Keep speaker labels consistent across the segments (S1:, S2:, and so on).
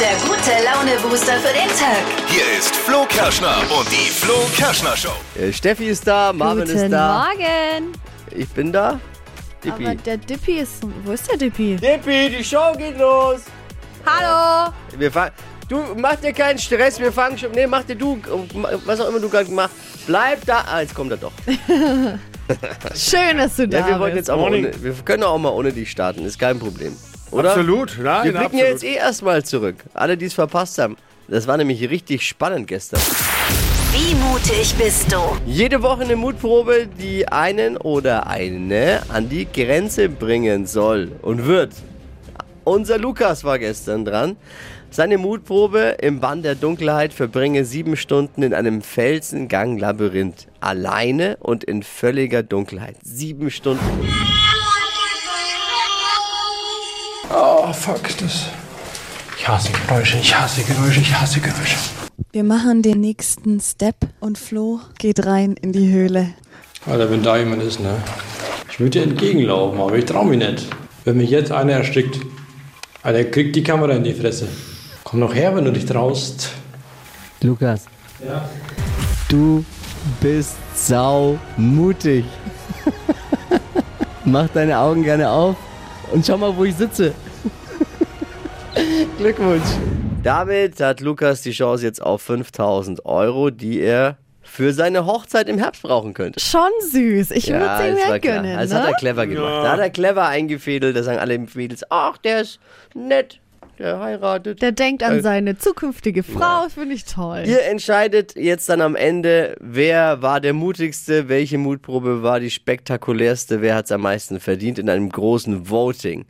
S1: der gute Laune-Booster für den Tag.
S2: Hier ist Flo Kerschner und die Flo Kerschner Show.
S3: Äh, Steffi ist da, Marvin
S4: Guten
S3: ist da,
S4: Morgen.
S3: ich bin da.
S4: Aber
S3: Dippi.
S4: der Dippy ist. Wo ist der Dippy?
S3: Dippi, die Show geht los.
S4: Hallo.
S3: Äh, Wir fahren. Du mach dir keinen Stress, wir fangen schon. Nee, mach dir du, äh, was auch immer du gerade gemacht. Bleib da. Ah, jetzt kommt er doch.
S4: Schön, dass du da
S3: Ja, wir wollten
S4: bist.
S3: jetzt auch mal
S5: Morning.
S3: ohne, wir können auch mal ohne dich starten, ist kein Problem. Oder?
S5: Absolut, nein,
S3: Wir blicken ja
S5: absolut.
S3: jetzt eh erstmal zurück. Alle, die es verpasst haben. Das war nämlich richtig spannend gestern.
S1: Wie mutig bist du?
S3: Jede Woche eine Mutprobe, die einen oder eine an die Grenze bringen soll und wird. Unser Lukas war gestern dran. Seine Mutprobe im Bann der Dunkelheit verbringe sieben Stunden in einem Felsengang-Labyrinth. Alleine und in völliger Dunkelheit. Sieben Stunden.
S6: Oh, fuck, das. Ich hasse Geräusche, ich hasse Geräusche, ich hasse Geräusche.
S7: Wir machen den nächsten Step und Flo geht rein in die Höhle.
S6: Alter, wenn da jemand ist, ne? Ich würde dir entgegenlaufen, aber ich trau mich nicht. Wenn mich jetzt einer erstickt, Alter, kriegt die Kamera in die Fresse. Komm noch her, wenn du dich traust.
S3: Lukas. Du bist sau mutig. Mach deine Augen gerne auf und schau mal, wo ich sitze. Glückwunsch. Damit hat Lukas die Chance jetzt auf 5000 Euro, die er für seine Hochzeit im Herbst brauchen könnte.
S4: Schon süß. Ich würde es ihm
S3: das
S4: ja
S3: war klar.
S4: gönnen.
S3: Das hat er
S4: Ne?
S3: clever gemacht. Da hat er clever eingefädelt. Da sagen alle Mädels, ach, der ist nett, der heiratet.
S4: Der denkt
S3: Äh,
S4: an seine zukünftige Frau. Finde ich toll.
S3: Ihr entscheidet jetzt dann am Ende, wer war der mutigste, welche Mutprobe war die spektakulärste, wer hat es am meisten verdient in einem großen Voting.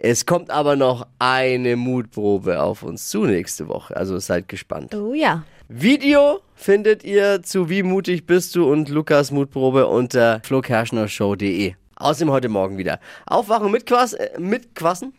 S3: Es kommt aber noch eine Mutprobe auf uns zu nächste Woche, also seid gespannt.
S4: Oh ja.
S3: Video findet ihr zu Wie mutig bist du und Lukas Mutprobe unter flokerschnershow.de. Außerdem heute Morgen wieder. Aufwachen mit Quass, äh, mit Quassen?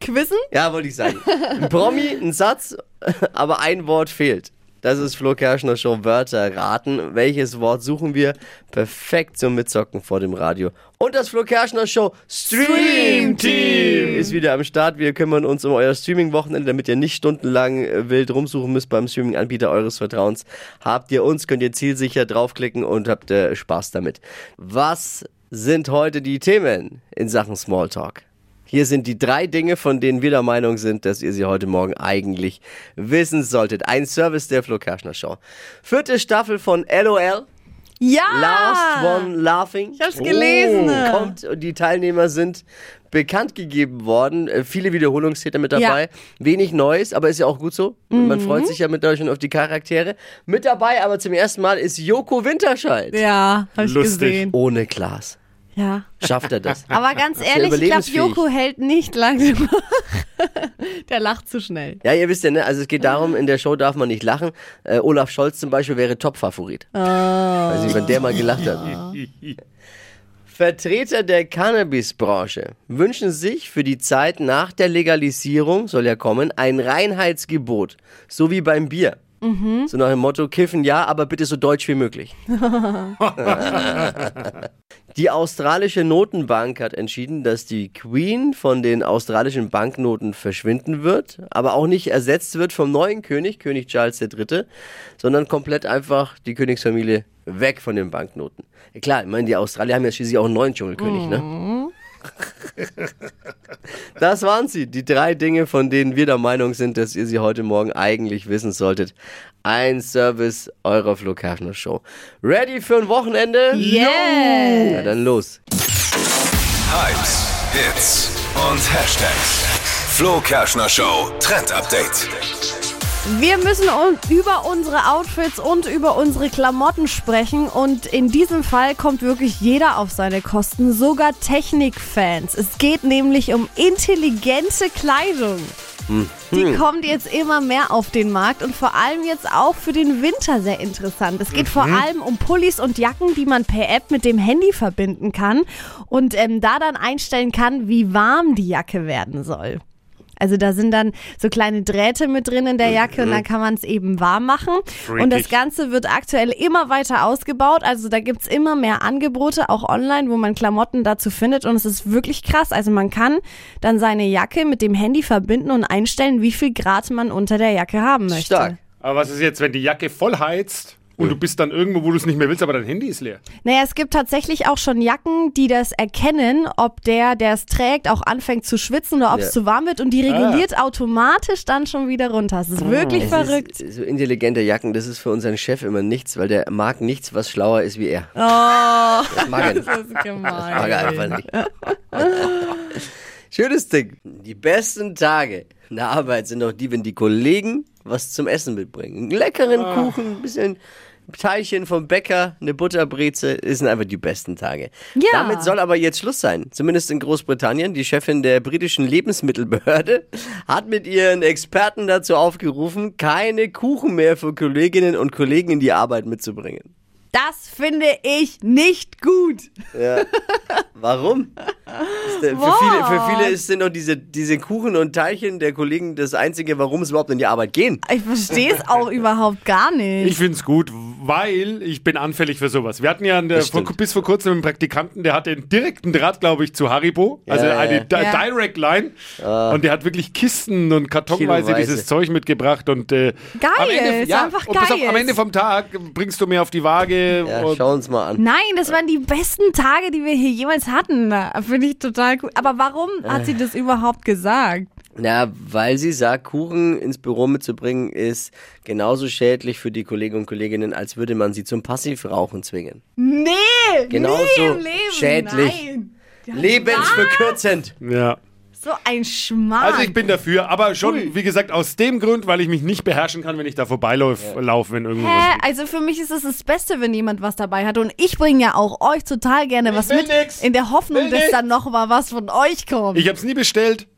S4: Quizzen?
S3: Ja, wollte ich sagen. Ein Promi, ein Satz, aber ein Wort fehlt. Das ist Flo Kerschner Show Wörter raten. Welches Wort suchen wir? Perfekt zum Mitzocken vor dem Radio. Und das Flo Kerschner Show Stream Team ist wieder am Start. Wir kümmern uns um euer Streaming-Wochenende, damit ihr nicht stundenlang äh, wild rumsuchen müsst beim Streaming-Anbieter eures Vertrauens. Habt ihr uns, könnt ihr zielsicher draufklicken und habt äh, Spaß damit. Was sind heute die Themen in Sachen Smalltalk? Hier sind die drei Dinge, von denen wir der Meinung sind, dass ihr sie heute Morgen eigentlich wissen solltet. Ein Service der Flo Kerschner Show. Vierte Staffel von LOL,
S4: Ja.
S3: Last One Laughing.
S4: Ah!
S3: Oh,
S4: Ich hab's gelesen.
S3: Kommt und die Teilnehmer sind bekannt gegeben worden. Äh, Viele Wiederholungstäter mit dabei.
S4: Ja. Mhm.
S3: Wenig Neues, aber ist ja auch gut so. Man freut sich ja mit euch und auf die Charaktere. Mit dabei aber zum ersten Mal ist Joko Winterscheid.
S4: Ja, habe ich
S5: Lustig.
S4: gesehen.
S3: Ohne Glas.
S4: Ja.
S3: Schafft er das?
S4: Aber ganz
S3: ja
S4: ehrlich, ich glaube,
S3: überlebensfähig.
S4: Joko hält nicht lange nach. Der lacht zu schnell.
S3: Ja, ihr wisst ja, ne? Also es geht darum, in der Show darf man nicht lachen. Äh, Olaf Scholz zum Beispiel wäre Top-Favorit.
S4: Ah.
S3: Weiß nicht, wenn der mal gelacht hat. Vertreter der Cannabis-Branche wünschen sich für die Zeit nach der Legalisierung, soll ja kommen, ein Reinheitsgebot. So wie beim Bier. So nach dem Motto, kiffen ja, aber bitte so deutsch wie möglich. Die australische Notenbank hat entschieden, dass die Queen von den australischen Banknoten verschwinden wird, aber auch nicht ersetzt wird vom neuen König, König Charles III., sondern komplett einfach die Königsfamilie weg von den Banknoten. Ja, Klar, ich meine, die Australier haben ja schließlich auch einen neuen Dschungelkönig, ne? Das waren sie, die drei Dinge, von denen wir der Meinung sind, dass ihr sie heute Morgen eigentlich wissen solltet. Ein Service eurer Flo Kerschner Show. Ready für ein Wochenende?
S4: Yeah.
S3: Ja, dann los.
S2: Hypes, Hits und Hashtags. Flo Kerschner Show Trend Update.
S4: Wir müssen un über unsere Outfits und über unsere Klamotten sprechen und in diesem Fall kommt wirklich jeder auf seine Kosten, sogar Technikfans. Es geht nämlich um intelligente Kleidung. Die kommt jetzt immer mehr auf den Markt und vor allem jetzt auch für den Winter sehr interessant. Es geht vor allem um Pullis und Jacken, die man per App mit dem Handy verbinden kann und ähm, da dann einstellen kann, wie warm die Jacke werden soll. Also da sind dann so kleine Drähte mit drin in der Jacke und dann kann man es eben warm machen. Und das Ganze wird aktuell immer weiter ausgebaut. Also da gibt's immer mehr Angebote, auch online, wo man Klamotten dazu findet. Und es ist wirklich krass. Also man kann dann seine Jacke mit dem Handy verbinden und einstellen, wie viel Grad man unter der Jacke haben möchte.
S3: Stark.
S5: Aber was ist jetzt, wenn die Jacke voll heizt und du bist dann irgendwo, wo du es nicht mehr willst, aber dein Handy ist leer?
S4: Naja, es gibt tatsächlich auch schon Jacken, die das erkennen, ob der, der es trägt, auch anfängt zu schwitzen oder ob es
S3: Ja.
S4: zu warm wird und die reguliert automatisch dann schon wieder runter. Es ist wirklich verrückt.
S3: Ist, so intelligente Jacken, das ist für unseren Chef immer nichts, weil der mag nichts, was schlauer ist wie er.
S4: oh,
S3: Das mag er nicht.
S4: das ist
S3: Mag er
S4: gemein.
S3: einfach nicht. Schönes Ding. Die besten Tage in der Arbeit sind doch die, wenn die Kollegen was zum Essen mitbringen. Einen leckeren Kuchen, ein bisschen Teilchen vom Bäcker, eine Butterbreze, das sind einfach die besten Tage.
S4: Ja.
S3: Damit soll aber jetzt Schluss sein. Zumindest in Großbritannien. Die Chefin der britischen Lebensmittelbehörde hat mit ihren Experten dazu aufgerufen, keine Kuchen mehr für Kolleginnen und Kollegen in die Arbeit mitzubringen.
S4: Das finde ich nicht gut.
S3: Warum? Ist der- Für
S4: Wow.
S3: viele, für viele ist- sind doch diese, diese Kuchen und Teilchen der Kollegen das Einzige, warum es überhaupt in die Arbeit gehen.
S4: Ich verstehe es auch überhaupt gar nicht.
S5: Ich finde es gut, weil ich bin anfällig für sowas. Wir hatten ja in der,
S3: Das
S5: vor,
S3: stimmt.
S5: bis vor kurzem einen Praktikanten, der hat den direkten Draht, glaube ich, zu Haribo. also
S3: ja,
S5: eine
S3: ja. Ah.
S5: Di
S4: Ja.
S5: Direct Line. Und der hat wirklich Kisten und kartonweise
S3: Kiloweise.
S5: dieses Zeug mitgebracht. Und, äh,
S4: Geil,
S5: am Ende,
S4: ist
S5: ja,
S4: einfach
S5: und pass Auf,
S4: geil.
S5: am Ende vom Tag bringst du mir auf die Waage.
S3: Ja,
S5: und
S3: schau uns mal an.
S4: Nein, das waren die besten Tage, die wir hier jemals hatten. Finde ich total cool. Aber warum hat
S5: Äh.
S4: sie das überhaupt gesagt?
S3: Na, weil sie sagt, Kuchen ins Büro mitzubringen ist genauso schädlich für die Kollegen und Kolleginnen, als würde man sie zum Passivrauchen zwingen.
S4: Nee,
S5: Genau
S3: Genauso
S4: nie im Leben.
S3: schädlich.
S4: Nein.
S3: Lebensverkürzend.
S5: ja.
S4: So ein Schmarrn.
S5: Also ich bin dafür, aber schon, wie gesagt, aus dem Grund, weil ich mich nicht beherrschen kann, wenn ich da vorbeilaufe, laufe, wenn irgendwo was
S4: Hä? Also für mich ist es das Beste, wenn jemand was dabei hat. Und ich bringe ja auch euch total gerne was
S5: will
S4: mit.
S5: nix.
S4: In der Hoffnung,
S5: Will
S4: dass
S5: nix.
S4: dann noch mal was von euch kommt.
S5: Ich habe es nie bestellt.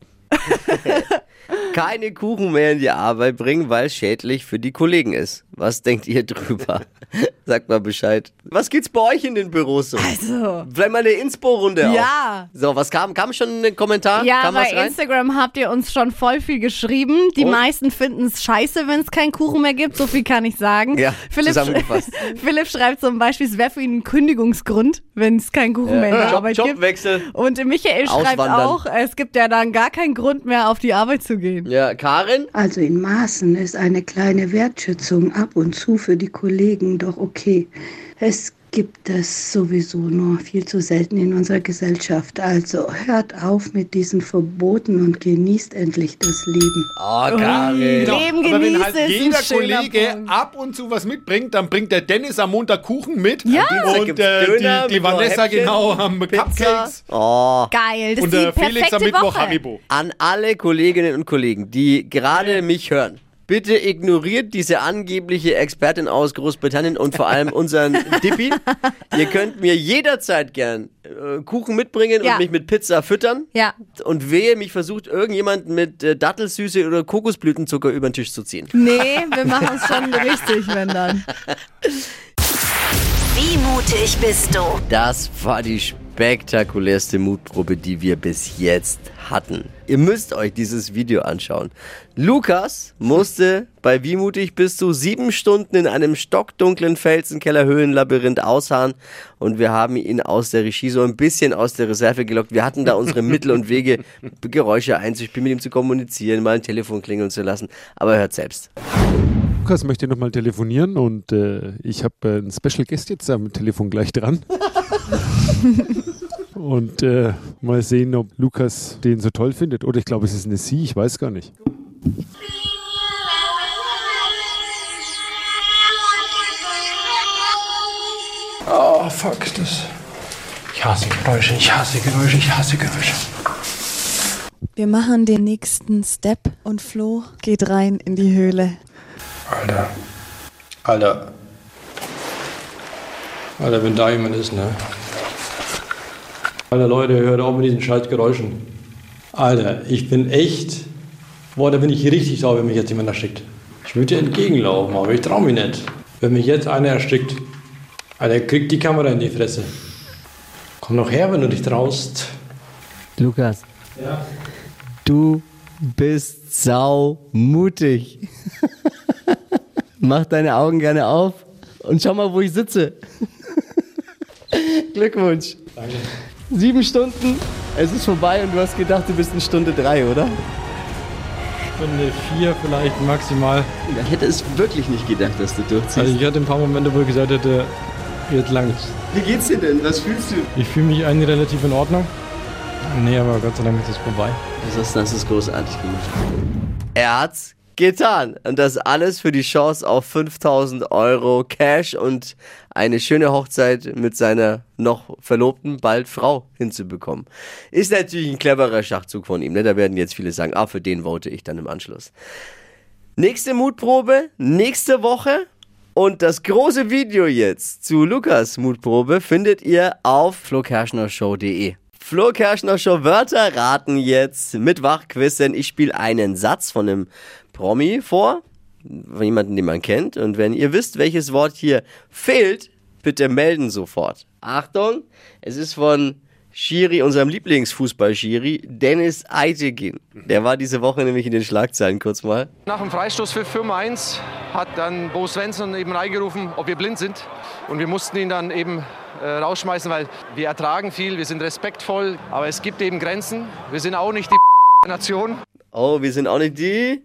S3: Keine Kuchen mehr in die Arbeit bringen, weil es schädlich für die Kollegen ist. Was denkt ihr drüber? Sagt mal Bescheid. Was geht's bei euch in den Büros so?
S4: so.
S3: Vielleicht mal eine Inspo-Runde auch.
S4: Also. Ja.
S3: So, was kam? Kam schon ein Kommentar?
S4: Ja,
S3: kam
S4: bei
S3: was rein? Oh.
S4: Instagram habt ihr uns schon voll viel geschrieben. Die
S3: Und?
S4: meisten finden es scheiße, wenn es keinen Kuchen mehr gibt. So viel kann ich sagen.
S3: Ja,
S4: Philipp,
S3: zusammengefasst.
S4: Philipp schreibt zum Beispiel, es wäre für ihn ein Kündigungsgrund, wenn es keinen Kuchen mehr in der
S3: Job-
S4: Arbeit gibt.
S3: Jobwechsel.
S4: Und Michael schreibt
S3: Auswandern.
S4: auch, es gibt ja dann gar keinen Grund mehr, auf die Arbeit zu gehen.
S3: Ja, Karin?
S8: Also in Maßen ist eine kleine Wertschätzung ab und zu für die Kollegen doch okay. Es gibt es sowieso nur viel zu selten in unserer Gesellschaft. Also hört auf mit diesen Verboten und genießt endlich das Leben.
S3: Oh, Karin.
S4: Hm, Leben
S5: aber wenn
S4: genießen
S5: halt
S4: ist
S5: jeder
S4: ein schöner
S5: Kollege
S4: Punkt.
S5: ab und zu was mitbringt, dann bringt der Dennis am Montag Kuchen mit.
S4: Ja. Am
S3: Dienstag
S5: Und
S3: gibt's
S5: äh,
S3: Döner
S5: die, die
S3: mit noch
S5: Vanessa
S3: Häppchen,
S5: genau am
S3: Pizza.
S5: Cupcakes.
S3: Oh.
S4: Geil, das
S5: und
S4: ist die
S5: der Felix am
S4: perfekte
S5: Mittwoch
S4: Woche.
S5: Haribo.
S3: An alle Kolleginnen und Kollegen, die gerade mich hören. Bitte ignoriert diese angebliche Expertin aus Großbritannien und vor allem unseren Dippi. Ihr könnt mir jederzeit gern äh, Kuchen mitbringen
S4: Ja.
S3: und mich mit Pizza füttern.
S4: Ja.
S3: Und wehe, mich versucht irgendjemand mit äh, Dattelsüße oder Kokosblütenzucker über den Tisch zu ziehen.
S4: Nee, wir machen es schon richtig, wenn dann.
S1: Wie mutig bist du?
S3: Das war die spektakulärste Mutprobe, die wir bis jetzt hatten. Ihr müsst euch dieses Video anschauen. Lukas musste bei Wie mutig bist du sieben Stunden in einem stockdunklen Felsenkeller-Höhlenlabyrinth ausharren und wir haben ihn aus der Regie so ein bisschen aus der Reserve gelockt. Wir hatten da unsere Mittel und Wege, Geräusche einzuspielen, mit ihm zu kommunizieren, mal ein Telefon klingeln zu lassen, aber hört selbst.
S9: Lukas möchte nochmal telefonieren und äh, ich habe äh, einen Special Guest jetzt am Telefon gleich dran. und äh, mal sehen, ob Lukas den so toll findet. Oder ich glaube, es ist eine Sie, ich weiß gar nicht.
S6: Oh, fuck, das. Ich hasse Geräusche, ich hasse Geräusche, ich hasse Geräusche.
S7: Wir machen den nächsten Step und Flo geht rein in die Höhle.
S6: Alter. Alter. Alter, wenn da jemand ist, ne? Alter, Leute, hört auf mit diesen Scheißgeräuschen. Alter, ich bin echt. Boah, da bin ich richtig sauer, wenn mich jetzt jemand erstickt. Ich würde dir entgegenlaufen, aber ich traue mich nicht. Wenn mich jetzt einer erstickt, Alter, kriegt die Kamera in die Fresse. Komm doch her, wenn du dich traust.
S10: Lukas. Du bist sau mutig. Mach deine Augen gerne auf und schau mal, wo ich sitze. Glückwunsch.
S6: Danke.
S10: Sieben Stunden, es ist vorbei und du hast gedacht, du bist in Stunde drei, oder?
S6: Stunde vier vielleicht maximal.
S10: Ich hätte es wirklich nicht gedacht, dass du
S6: Also
S10: durchziehst.
S6: ich hatte ein paar Momente, wo ich gesagt hätte, jetzt langt's.
S10: Wie geht's dir denn? Was fühlst du?
S6: Ich fühle mich eigentlich relativ in Ordnung. Nee, aber Gott sei Dank ist es vorbei.
S10: Ansonsten hast du es großartig gemacht.
S3: Er hat's getan. Und das alles für die Chance auf 5000 Euro Cash und eine schöne Hochzeit mit seiner noch verlobten, bald Frau hinzubekommen. Ist natürlich ein cleverer Schachzug von ihm. Ne? Da werden jetzt viele sagen, ah, für den vote ich dann im Anschluss. Nächste Mutprobe, nächste Woche. Und das große Video jetzt zu Lukas Mutprobe findet ihr auf flokerschnershow.de. Flo Kerschner Show Wörter raten jetzt mit Wachquiz, denn ich spiele einen Satz von einem Promi vor, von jemandem, den man kennt. Und wenn ihr wisst, welches Wort hier fehlt, bitte melden sofort. Achtung, es ist von Schiri, unserem Lieblingsfußball-Schiri, Dennis Eitegin. Der war diese Woche nämlich in den Schlagzeilen kurz mal.
S11: Nach dem Freistoß für Firma 1 hat dann Bo Svensson eben reingerufen, ob wir blind sind. Und wir mussten ihn dann eben äh, rausschmeißen, weil wir ertragen viel, wir sind respektvoll, aber es gibt eben Grenzen. Wir sind auch nicht die Nation.
S3: Oh, wir sind auch nicht die.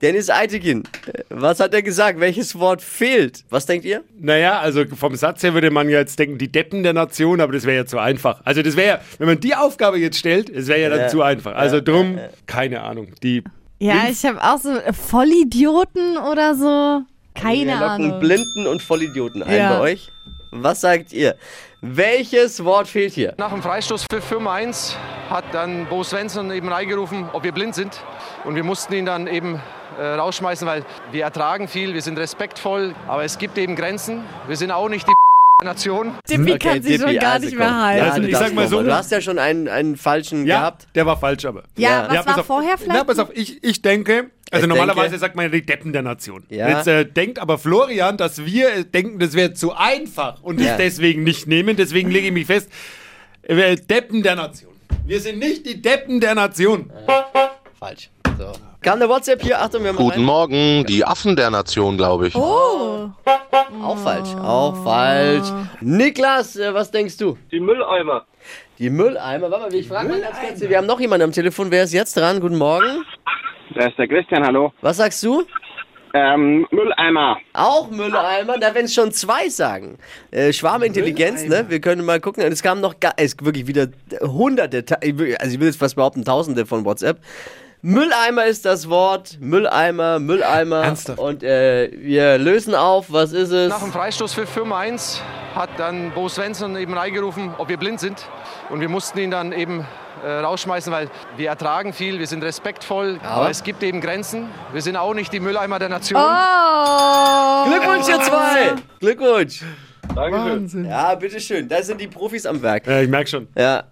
S3: Dennis Eitegin, was hat er gesagt? Welches Wort fehlt? Was denkt ihr?
S5: Naja, also vom Satz her würde man ja jetzt denken, die Deppen der Nation, aber das wäre ja zu einfach. Also das wäre ja, wenn man die Aufgabe jetzt stellt, es wäre ja dann
S3: Ja.
S5: zu einfach. Also drum, keine Ahnung. Die
S4: Ja, ich habe auch so äh, Vollidioten oder so. Keine
S3: Wir locken
S4: Ahnung.
S3: Blinden und Vollidioten ein
S4: Ja.
S3: bei euch. Was sagt ihr? Welches Wort fehlt hier?
S11: Nach dem Freistoß für Firma 1 hat dann Bo Svensson eben reingerufen, ob wir blind sind. Und wir mussten ihn dann eben äh, rausschmeißen, weil wir ertragen viel, wir sind respektvoll, aber es gibt eben Grenzen. Wir sind auch nicht die Nation.
S4: Dippy kann sich
S3: Dippy,
S4: schon gar
S3: also
S4: nicht
S3: komm.
S4: mehr halten.
S5: Also
S3: du
S5: ich
S3: darfst
S5: sag mal so,
S3: nochmal. Du hast ja schon einen, einen falschen
S5: ja,
S3: gehabt.
S5: der war falsch, aber.
S4: ja, was
S5: Ja, pass
S4: war
S5: auf.
S4: vorher
S5: Na,
S4: vielleicht?
S5: pass auf, ich, ich denke, also
S3: Ich
S5: normalerweise
S3: denke-
S5: sagt man ja die Deppen der Nation.
S3: Ja.
S5: Jetzt äh, denkt aber Florian, dass wir äh, denken, das wäre zu einfach und
S3: Ja.
S5: es deswegen nicht nehmen. Deswegen lege ich mich fest, äh, Deppen der Nation. Wir sind nicht die Deppen der Nation.
S3: Falsch. So. Kam der WhatsApp hier? Achtung, wir machen
S12: Guten Morgen, die Affen der Nation, glaube ich.
S4: oh,
S3: rein. Auch falsch. Auch falsch. Niklas, äh, was denkst du?
S11: Die Mülleimer.
S3: Die Mülleimer. Warte mal, ich frage mal ganz kurz. Wir haben noch jemanden am Telefon. Wer ist jetzt dran? Guten Morgen.
S11: Da ist der Christian, hallo.
S3: Was sagst du?
S11: Mülleimer.
S3: Auch Mülleimer, da wenn es schon zwei sagen. Äh, Schwarmintelligenz, ne? Wir können mal gucken. Und es kamen noch ga- es wirklich wieder hunderte, ta- ich will- also ich will jetzt fast behaupten, tausende von WhatsApp. Mülleimer ist das Wort. Mülleimer, Mülleimer.
S5: Ernsthaft?
S3: Und äh, wir lösen auf, was ist es?
S11: Nach dem Freistoß für Firma 1 hat dann Bo Svensson eben reingerufen, ob wir blind sind. Und wir mussten ihn dann eben äh, rausschmeißen, weil wir ertragen viel, wir sind respektvoll, aber es gibt eben Grenzen. Wir sind auch nicht die Mülleimer der Nation.
S3: Glückwunsch, ihr zwei! Glückwunsch! Dankeschön. Ja, bitteschön. Da sind die Profis am Werk.
S5: Ja, Äh, ich merke schon.
S3: Ja.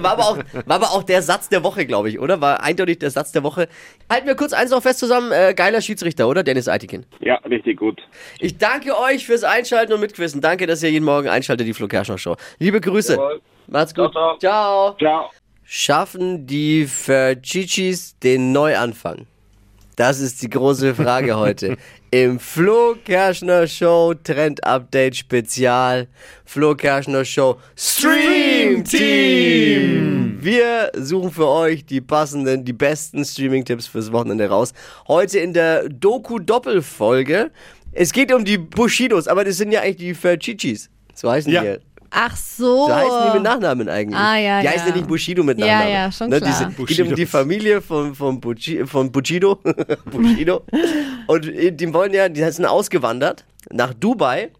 S3: war, aber auch, war aber auch der Satz der Woche, glaube ich, oder? War eindeutig der Satz der Woche. Halten wir kurz eins noch fest zusammen. Äh, geiler Schiedsrichter, oder? Dennis Eitikin.
S11: Ja, richtig gut.
S3: Ich danke euch fürs Einschalten und Mitquissen. Danke, dass ihr jeden Morgen einschaltet, die Flo Kerschner Show. Liebe Grüße. Macht's gut. Ciao.
S11: Ciao, Ciao.
S3: Schaffen die Ferchichis den Neuanfang? Das ist die große Frage heute. Im Flo Kerschner Show Trend Update Spezial. Flo Kerschner Show Stream Team. Wir suchen für euch die passenden, die besten Streaming-Tipps fürs Wochenende raus. Heute in der Doku-Doppelfolge. Es geht um die Bushidos, aber das sind ja eigentlich die Ferchichis. So heißen
S5: Ja.
S3: die ja.
S4: Ach so.
S3: So heißen die mit Nachnamen eigentlich.
S4: Ah, ja,
S3: Die heißen
S4: ja.
S3: ja nicht Bushido mit
S4: Ja,
S3: Nachnamen.
S4: ja, schon klar.
S3: Diese, geht um die Familie von, von, Bucci, von Bushido. Bushido. Und äh, die wollen ja, die sind ausgewandert nach Dubai.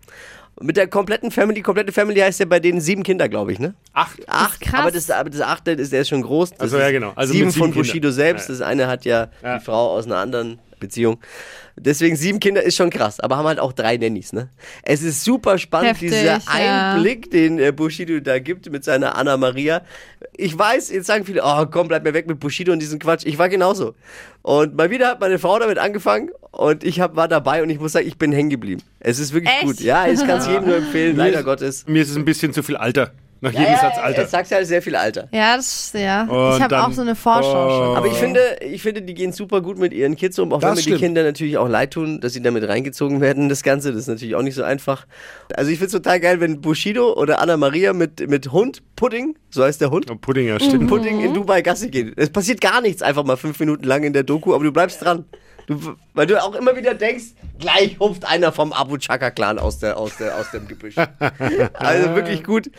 S3: Mit der kompletten Family, die komplette Family heißt ja bei denen sieben Kinder, glaube ich, ne?
S5: Acht.
S3: Acht,
S4: krass.
S3: aber das, aber das achte ist, der ist schon groß. Das
S5: Ach so, ja,
S3: ist
S5: genau. Also
S3: sieben,
S5: mit sieben
S3: von Bushido
S5: Kindern.
S3: selbst.
S5: Ja,
S3: Das eine hat ja,
S5: Ja.
S3: die Frau aus einer anderen Beziehung. Deswegen sieben Kinder ist schon krass, aber haben halt auch drei Nannies, ne? Es ist super spannend,
S4: Heftig,
S3: dieser
S4: ja.
S3: Einblick, den äh, Bushido da gibt mit seiner Anna Maria. Ich weiß, jetzt sagen viele, oh komm, bleib mir weg mit Bushido und diesem Quatsch. Ich war genauso. Und mal wieder hat meine Frau damit angefangen und ich hab, war dabei und ich muss sagen, ich bin hängen geblieben. Es ist wirklich
S4: Echt?
S3: gut. Ja, ich kann es jedem nur empfehlen, leider Gottes.
S5: Mir ist es ein bisschen zu viel Alter. Nach jedem Satz Alter.
S3: Jetzt sagst du halt sehr viel Alter.
S4: Ja, das, ja.
S5: Und
S4: ich habe
S5: dann- Oh.
S4: auch so eine Vorschau schon.
S3: Aber ich finde, ich finde, die gehen super gut mit ihren Kids um, auch
S5: Das
S3: wenn mir
S5: stimmt.
S3: die Kinder natürlich auch leid tun, dass sie damit reingezogen werden. Das Ganze, das ist natürlich auch nicht so einfach. Also ich finde es total geil, wenn Bushido oder Anna Maria mit, mit Hund Pudding, so heißt der Hund.
S5: Oh, Pudding, ja,
S4: Mhm.
S5: stimmt.
S3: Pudding in Dubai Gassi gehen. Es passiert gar nichts, einfach mal fünf Minuten lang in der Doku, aber du bleibst dran. Du, weil du auch immer wieder denkst, gleich hupft einer vom Abu Chaka Clan aus, der, aus, der, aus dem Gebüsch. Also wirklich gut.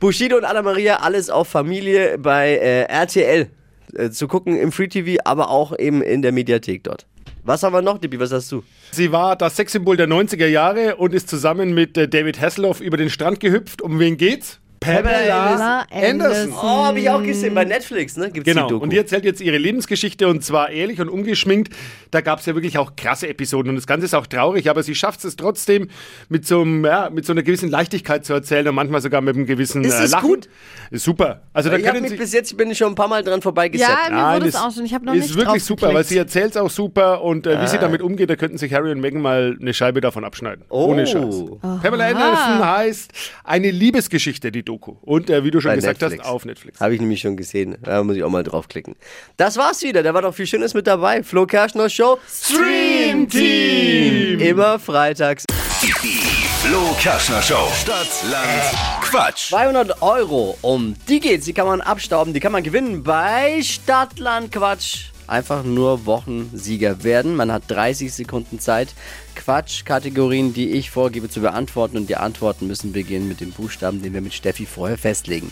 S3: Bushido und Anna-Maria, alles auf Familie bei äh, RTL äh, zu gucken im Free TV, aber auch eben in der Mediathek dort. Was haben wir noch, Dippi? Was hast du?
S5: Sie war das Sexsymbol der 90er Jahre und ist zusammen mit äh, David Hasselhoff über den Strand gehüpft. Um wen geht's?
S3: Pamela
S5: Anderson.
S3: Oh, habe ich auch gesehen bei Netflix, ne? Gibt's
S5: Genau,
S3: die Doku.
S5: und die erzählt jetzt ihre Lebensgeschichte und zwar ehrlich und ungeschminkt. Da gab es ja wirklich auch krasse Episoden und das Ganze ist auch traurig, aber sie schafft es trotzdem mit so, einem, ja, mit so einer gewissen Leichtigkeit zu erzählen und manchmal sogar mit einem gewissen
S3: Ist
S5: äh,
S3: es
S5: Lachen.
S3: gut?
S5: Ist super. Also da
S3: ich habe
S5: können
S3: mich
S5: sie
S3: bis jetzt, ich bin schon ein paar Mal dran vorbeigesetzt.
S4: Ja, mir wurde es auch schon. Ich habe noch
S5: ist
S4: nicht drauf
S5: wirklich super, weil
S4: geklickt.
S5: sie erzählt es auch super und äh, wie sie
S3: Ah.
S5: damit umgeht, da könnten sich Harry und Meghan mal eine Scheibe davon abschneiden.
S3: Oh.
S5: Ohne Scheiß. Pamela Anderson heißt eine Liebesgeschichte, die Doku. Und äh, wie du schon
S3: Bei
S5: gesagt
S3: Netflix.
S5: hast, auf Netflix.
S3: Habe ich nämlich schon gesehen. Da muss ich auch mal draufklicken. Das war's wieder. Da war doch viel Schönes mit dabei. Flo Kerschner Show. Stream Team. Immer freitags.
S2: Die Flo Kerschner Show. Stadt, Land, Quatsch.
S3: 200 Euro. Um die geht's. Die kann man abstauben. Die kann man gewinnen bei Stadtland Quatsch. Einfach nur Wochensieger werden. Man hat 30 Sekunden Zeit, Quatsch-Kategorien, die ich vorgebe, zu beantworten. Und die Antworten müssen beginnen mit dem Buchstaben, den wir mit Steffi vorher festlegen.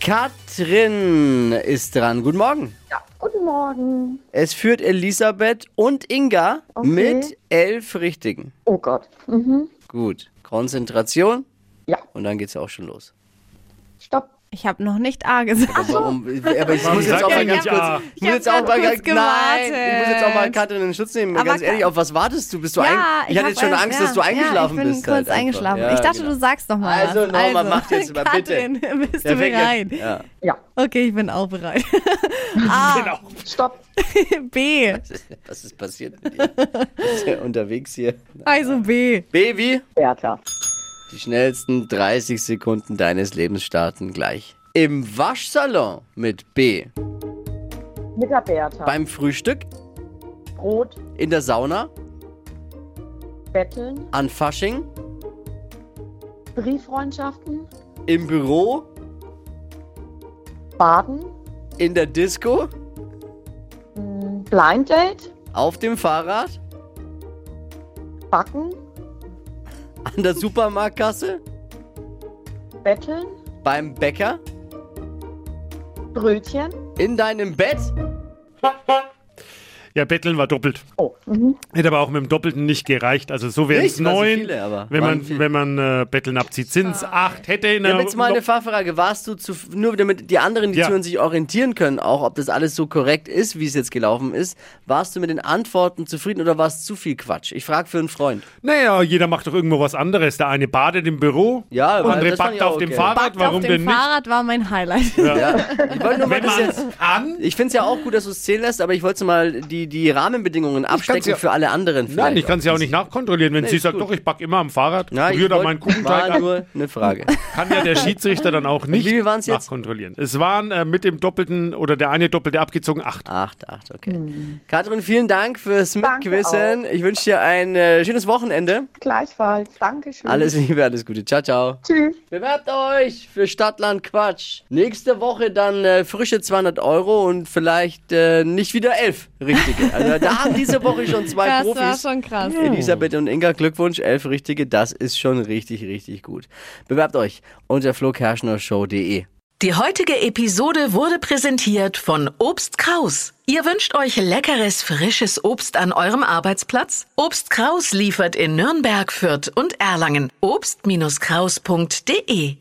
S3: Katrin ist dran. Guten Morgen.
S13: Guten Morgen.
S3: Es führt Elisabeth und Inga
S13: Okay.
S3: mit elf Richtigen.
S13: Oh Gott. Mhm.
S3: Gut. Konzentration.
S13: Ja.
S3: Und dann geht's auch schon los.
S13: Stopp.
S4: Ich habe noch nicht A gesagt.
S3: Warum? um, Aber ich
S5: Warum
S3: muss jetzt
S5: sagt
S3: auch mal
S5: man
S3: ganz
S5: nicht
S3: kurz.
S5: Ja?
S3: Ich muss jetzt auch
S4: hab
S3: mal
S4: grad
S3: ganz,
S4: kurz
S3: nein, ich muss jetzt auch mal
S4: gewartet.
S3: Katrin in den Schutz nehmen.
S4: Aber
S3: ganz ehrlich,
S4: Ka-
S3: auf was wartest du? Bist du
S4: ja,
S3: ein, ich hatte
S4: hab
S3: jetzt schon
S4: erst-
S3: Angst,
S4: ja,
S3: dass du eingeschlafen
S4: ja, ich bin
S3: bist.
S4: kurz
S3: halt einfach.
S4: eingeschlafen.
S3: Ja,
S4: ich dachte,
S3: genau.
S4: du sagst noch mal.
S3: Also, Norma, macht jetzt mal, bitte.
S4: Katrin, bist
S3: Der
S4: du
S3: fängt jetzt-
S4: bereit?
S3: Ja.
S4: Okay, ich bin auch bereit. A.
S13: Stopp.
S4: B.
S3: Was ist passiert mit dir? Bist du unterwegs hier?
S4: Also B.
S3: B wie?
S13: Bertha.
S3: Die schnellsten 30 Sekunden deines Lebens starten gleich. Im Waschsalon mit B.
S13: Mit der Bertha.
S3: Beim Frühstück,
S13: Brot
S3: in der Sauna,
S13: betteln.
S3: an Fasching,
S13: Brieffreundschaften.
S3: im Büro,
S13: Baden.
S3: in der Disco,
S13: m, Blind Date.
S3: auf dem Fahrrad,
S13: Backen.
S3: an der Supermarktkasse,
S13: Betteln.
S3: beim Bäcker,
S13: Brötchen.
S3: in deinem Bett.
S5: Ja, Betteln war doppelt.
S13: Oh. Mhm.
S5: Hätte aber auch mit dem Doppelten nicht gereicht. Also so wären es
S3: Nicht? Waren so
S5: neun.
S3: viele, aber
S5: wenn
S3: waren
S5: man, wenn man äh, Betteln abzieht, sind es
S4: Ah.
S5: acht. Hätte in
S3: Wir haben
S5: einer-
S3: jetzt mal eine Fahrfrage. Warst du zu, nur damit die anderen, die
S5: Ja.
S3: zuhören, sich orientieren können, auch ob das alles so korrekt ist, wie es jetzt gelaufen ist, warst du mit den Antworten zufrieden oder war es zu viel Quatsch? Ich frage für einen Freund.
S5: Naja, jeder macht doch irgendwo was anderes. Der eine badet im Büro,
S3: Ja,
S5: der andere
S3: das fand ich
S5: backt
S3: auch
S5: auf dem
S3: okay.
S5: Fahrrad.
S4: Backt
S5: Warum
S4: auf dem
S5: denn nicht?
S4: Fahrrad war mein Highlight.
S3: Ich wollte nur mal
S5: Wenn
S3: das
S5: man
S3: jetzt.
S5: es kann.
S3: Ich finde es ja auch gut, dass du es zählen lässt, aber ich wollte mal die, die Rahmenbedingungen abstecken
S5: ja-
S3: für alle anderen.
S5: Nein,
S3: vielleicht
S5: ich kann es ja auch nicht nachkontrollieren. Wenn
S3: Nee,
S5: sie
S3: ist
S5: sagt,
S3: gut.
S5: doch, ich back immer am Fahrrad,
S3: Ja,
S5: rühre
S3: ich
S5: da
S3: wollt-
S5: meinen Kuchenteig
S3: war
S5: ab,
S3: nur eine Frage.
S5: kann ja der Schiedsrichter dann auch nicht
S3: Wie viel waren's jetzt?
S5: nachkontrollieren. Es waren äh, mit dem Doppelten oder der eine Doppelte abgezogen acht.
S3: Acht, acht, okay. Katrin, vielen Dank fürs Mitquissen. Ich wünsche dir ein äh, schönes Wochenende.
S13: Gleichfalls. Dankeschön.
S3: Alles Liebe, alles Gute. Ciao, ciao.
S13: Tschüss.
S3: Bewerbt euch für Stadtland Quatsch. Nächste Woche dann äh, frische 200 Euro und vielleicht äh, nicht wieder elf richtige. Also da haben diese Woche schon zwei
S4: das
S3: Profis.
S4: war schon krass.
S3: Elisabeth und Inga, Glückwunsch, elf richtige. Das ist schon richtig, richtig gut. Bewerbt euch unter flokerschnershow.de.
S1: Die heutige Episode wurde präsentiert von Obst Kraus. Ihr wünscht euch leckeres, frisches Obst an eurem Arbeitsplatz? Obst Kraus liefert in Nürnberg, Fürth und Erlangen. Obst-Kraus.de